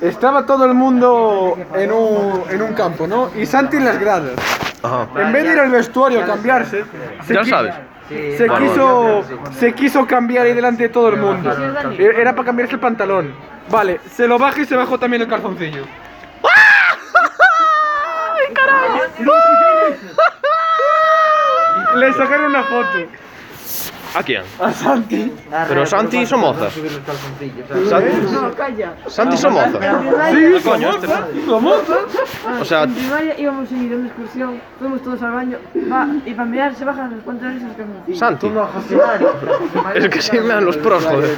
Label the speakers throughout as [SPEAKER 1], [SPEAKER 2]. [SPEAKER 1] Estaba todo el mundo en un, en un campo, ¿no? Y Santi en las gradas.
[SPEAKER 2] Ajá.
[SPEAKER 1] En vez de ir al vestuario a cambiarse, se
[SPEAKER 2] Ya lo
[SPEAKER 1] qui-
[SPEAKER 2] sabes.
[SPEAKER 1] Se quiso, se quiso cambiar ahí delante de todo el mundo. E-, Era para cambiarse el pantalón. Vale, se lo baja y se bajó también el calzoncillo. Le sacaron una foto
[SPEAKER 2] ¿A quién?
[SPEAKER 1] a Santi.
[SPEAKER 2] Pero Santi son mozas.
[SPEAKER 3] No, calla.
[SPEAKER 2] Santi son mozas.
[SPEAKER 1] Sí,
[SPEAKER 2] coño, este
[SPEAKER 1] famosa, famosa.
[SPEAKER 2] O sea,
[SPEAKER 3] En primaria íbamos en ir a una excursión, fuimos todos al baño, va, y para mirar se bajan los pantalones y los calzoncillos.
[SPEAKER 2] Santi.
[SPEAKER 4] Es que se me dan los pros, joder.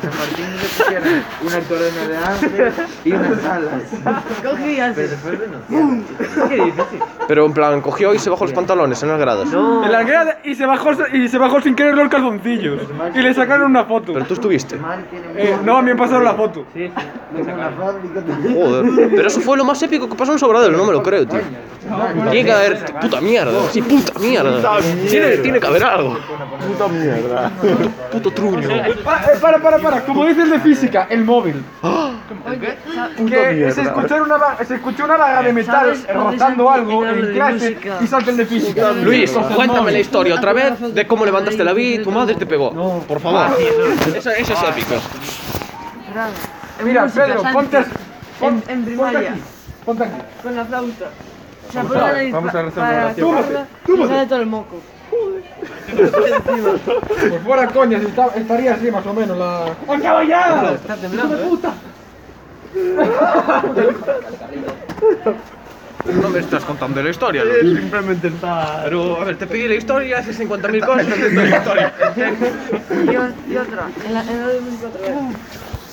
[SPEAKER 4] Una corona de ángeles y unas alas.
[SPEAKER 3] Cogías.
[SPEAKER 4] después ¡Bum! ¿Qué dices?
[SPEAKER 2] Pero en plan, cogió y se bajó los pantalones en las gradas.
[SPEAKER 4] No.
[SPEAKER 1] En la grada y se bajó y se bajó sin querer los calzoncillos. Y le sacaron una foto.
[SPEAKER 2] Pero tú estuviste.
[SPEAKER 1] Eh, no, a mí me pasaron la foto.
[SPEAKER 2] Joder. Pero eso fue lo más épico que pasó en Sobradero, no me lo creo, tío. Tiene que haber puta mierda. Sí, puta mierda. Tiene, tiene que haber algo.
[SPEAKER 5] Puta mierda.
[SPEAKER 2] Puto truño.
[SPEAKER 1] Pa- eh, para, para, para. Como dices de física, el móvil. Que
[SPEAKER 5] mierda.
[SPEAKER 1] se escuchó una, va- se escuchó una vaga de metal
[SPEAKER 3] ¿Sabes?
[SPEAKER 1] rozando
[SPEAKER 3] Santi
[SPEAKER 1] algo
[SPEAKER 3] habla
[SPEAKER 1] en
[SPEAKER 3] de
[SPEAKER 1] clase
[SPEAKER 3] música.
[SPEAKER 1] y salta el de física.
[SPEAKER 2] Luis,
[SPEAKER 1] Con el
[SPEAKER 2] cuéntame la
[SPEAKER 1] móvil.
[SPEAKER 2] historia otra vez de cómo levantaste la vida y tu madre te pegó. Por favor. Eso, eso es épico.
[SPEAKER 3] Bravo. En
[SPEAKER 1] Mira,
[SPEAKER 3] música,
[SPEAKER 1] Pedro,
[SPEAKER 3] Santi.
[SPEAKER 1] ponte, as- pon-
[SPEAKER 3] En- en
[SPEAKER 1] ponte
[SPEAKER 3] primaria.
[SPEAKER 1] aquí. Ponte aquí.
[SPEAKER 3] Con la flauta. O sea,
[SPEAKER 1] Vamos
[SPEAKER 3] por
[SPEAKER 1] a-
[SPEAKER 3] la nariz.
[SPEAKER 1] vamos a
[SPEAKER 3] pa-
[SPEAKER 1] rezar una
[SPEAKER 3] para
[SPEAKER 1] oración.
[SPEAKER 3] taparla,
[SPEAKER 1] Túmbate, túmbate.
[SPEAKER 3] y sale todo el moco.
[SPEAKER 1] Por fuera, coña, si está- estaría así más o menos la. ¡Acaba ya! Está temblando. puta!
[SPEAKER 2] No me estás contando la historia, Luis. Simplemente está. Pero, a ver, te pedí la historia, hace 50.000 cosas, te pedí la historia.
[SPEAKER 3] Y, o- y otra. En la, en la de música otra vez.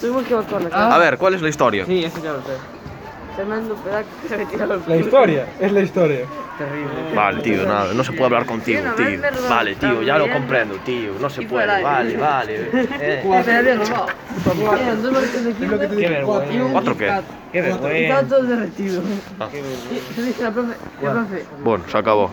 [SPEAKER 3] Tuvimos que evacuar la clase.
[SPEAKER 2] A ver, ¿cuál es la historia?
[SPEAKER 4] Sí, eso ya lo sé.
[SPEAKER 3] Fernando Pedac se metió al
[SPEAKER 1] La historia, es la historia.
[SPEAKER 4] Terrible.
[SPEAKER 2] Vale, tío, nada, no se puede hablar contigo,
[SPEAKER 3] Sí, no,
[SPEAKER 2] tío.
[SPEAKER 3] es verdad.
[SPEAKER 2] Vale, tío, ya lo
[SPEAKER 3] También.
[SPEAKER 2] comprendo, tío. No se
[SPEAKER 3] Y
[SPEAKER 2] puede,
[SPEAKER 3] fuera de-
[SPEAKER 2] vale, vale. Eh,
[SPEAKER 3] Me había robado. Eran dos marcas de
[SPEAKER 1] Es lo que
[SPEAKER 3] Kinder
[SPEAKER 1] te
[SPEAKER 3] y
[SPEAKER 1] dije.
[SPEAKER 4] vergüenza.
[SPEAKER 1] cuatro.
[SPEAKER 3] un
[SPEAKER 2] ¿Cuatro qué?
[SPEAKER 3] Kit Kat.
[SPEAKER 4] Qué
[SPEAKER 3] Y estaba
[SPEAKER 4] vergüenza.
[SPEAKER 3] todo derretido.
[SPEAKER 2] Ah.
[SPEAKER 3] Y se dice la profe, la profe,
[SPEAKER 2] Bueno, se acabó.